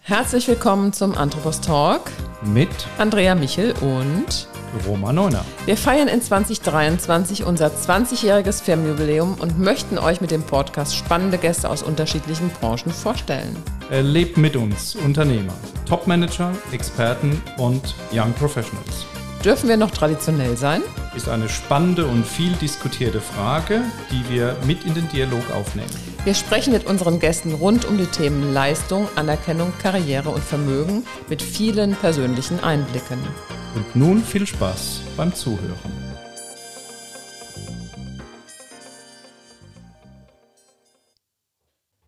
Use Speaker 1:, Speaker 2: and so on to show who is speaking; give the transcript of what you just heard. Speaker 1: Herzlich willkommen zum Anthropos Talk.
Speaker 2: mit
Speaker 1: Andrea Michel und
Speaker 2: Roma Neuner.
Speaker 1: wir feiern in 2023 unser 20-jähriges Firmenjubiläum und möchten euch mit dem Podcast spannende Gäste aus unterschiedlichen Branchen vorstellen.
Speaker 2: Erlebt mit uns Unternehmer, Topmanager, Experten und Young Professionals.
Speaker 1: Dürfen wir noch traditionell sein?
Speaker 2: Ist eine spannende und viel diskutierte Frage, die wir mit in den Dialog aufnehmen.
Speaker 1: Wir sprechen mit unseren Gästen rund um die Themen Leistung, Anerkennung, Karriere und Vermögen mit vielen persönlichen Einblicken.
Speaker 2: Und nun viel Spaß beim Zuhören.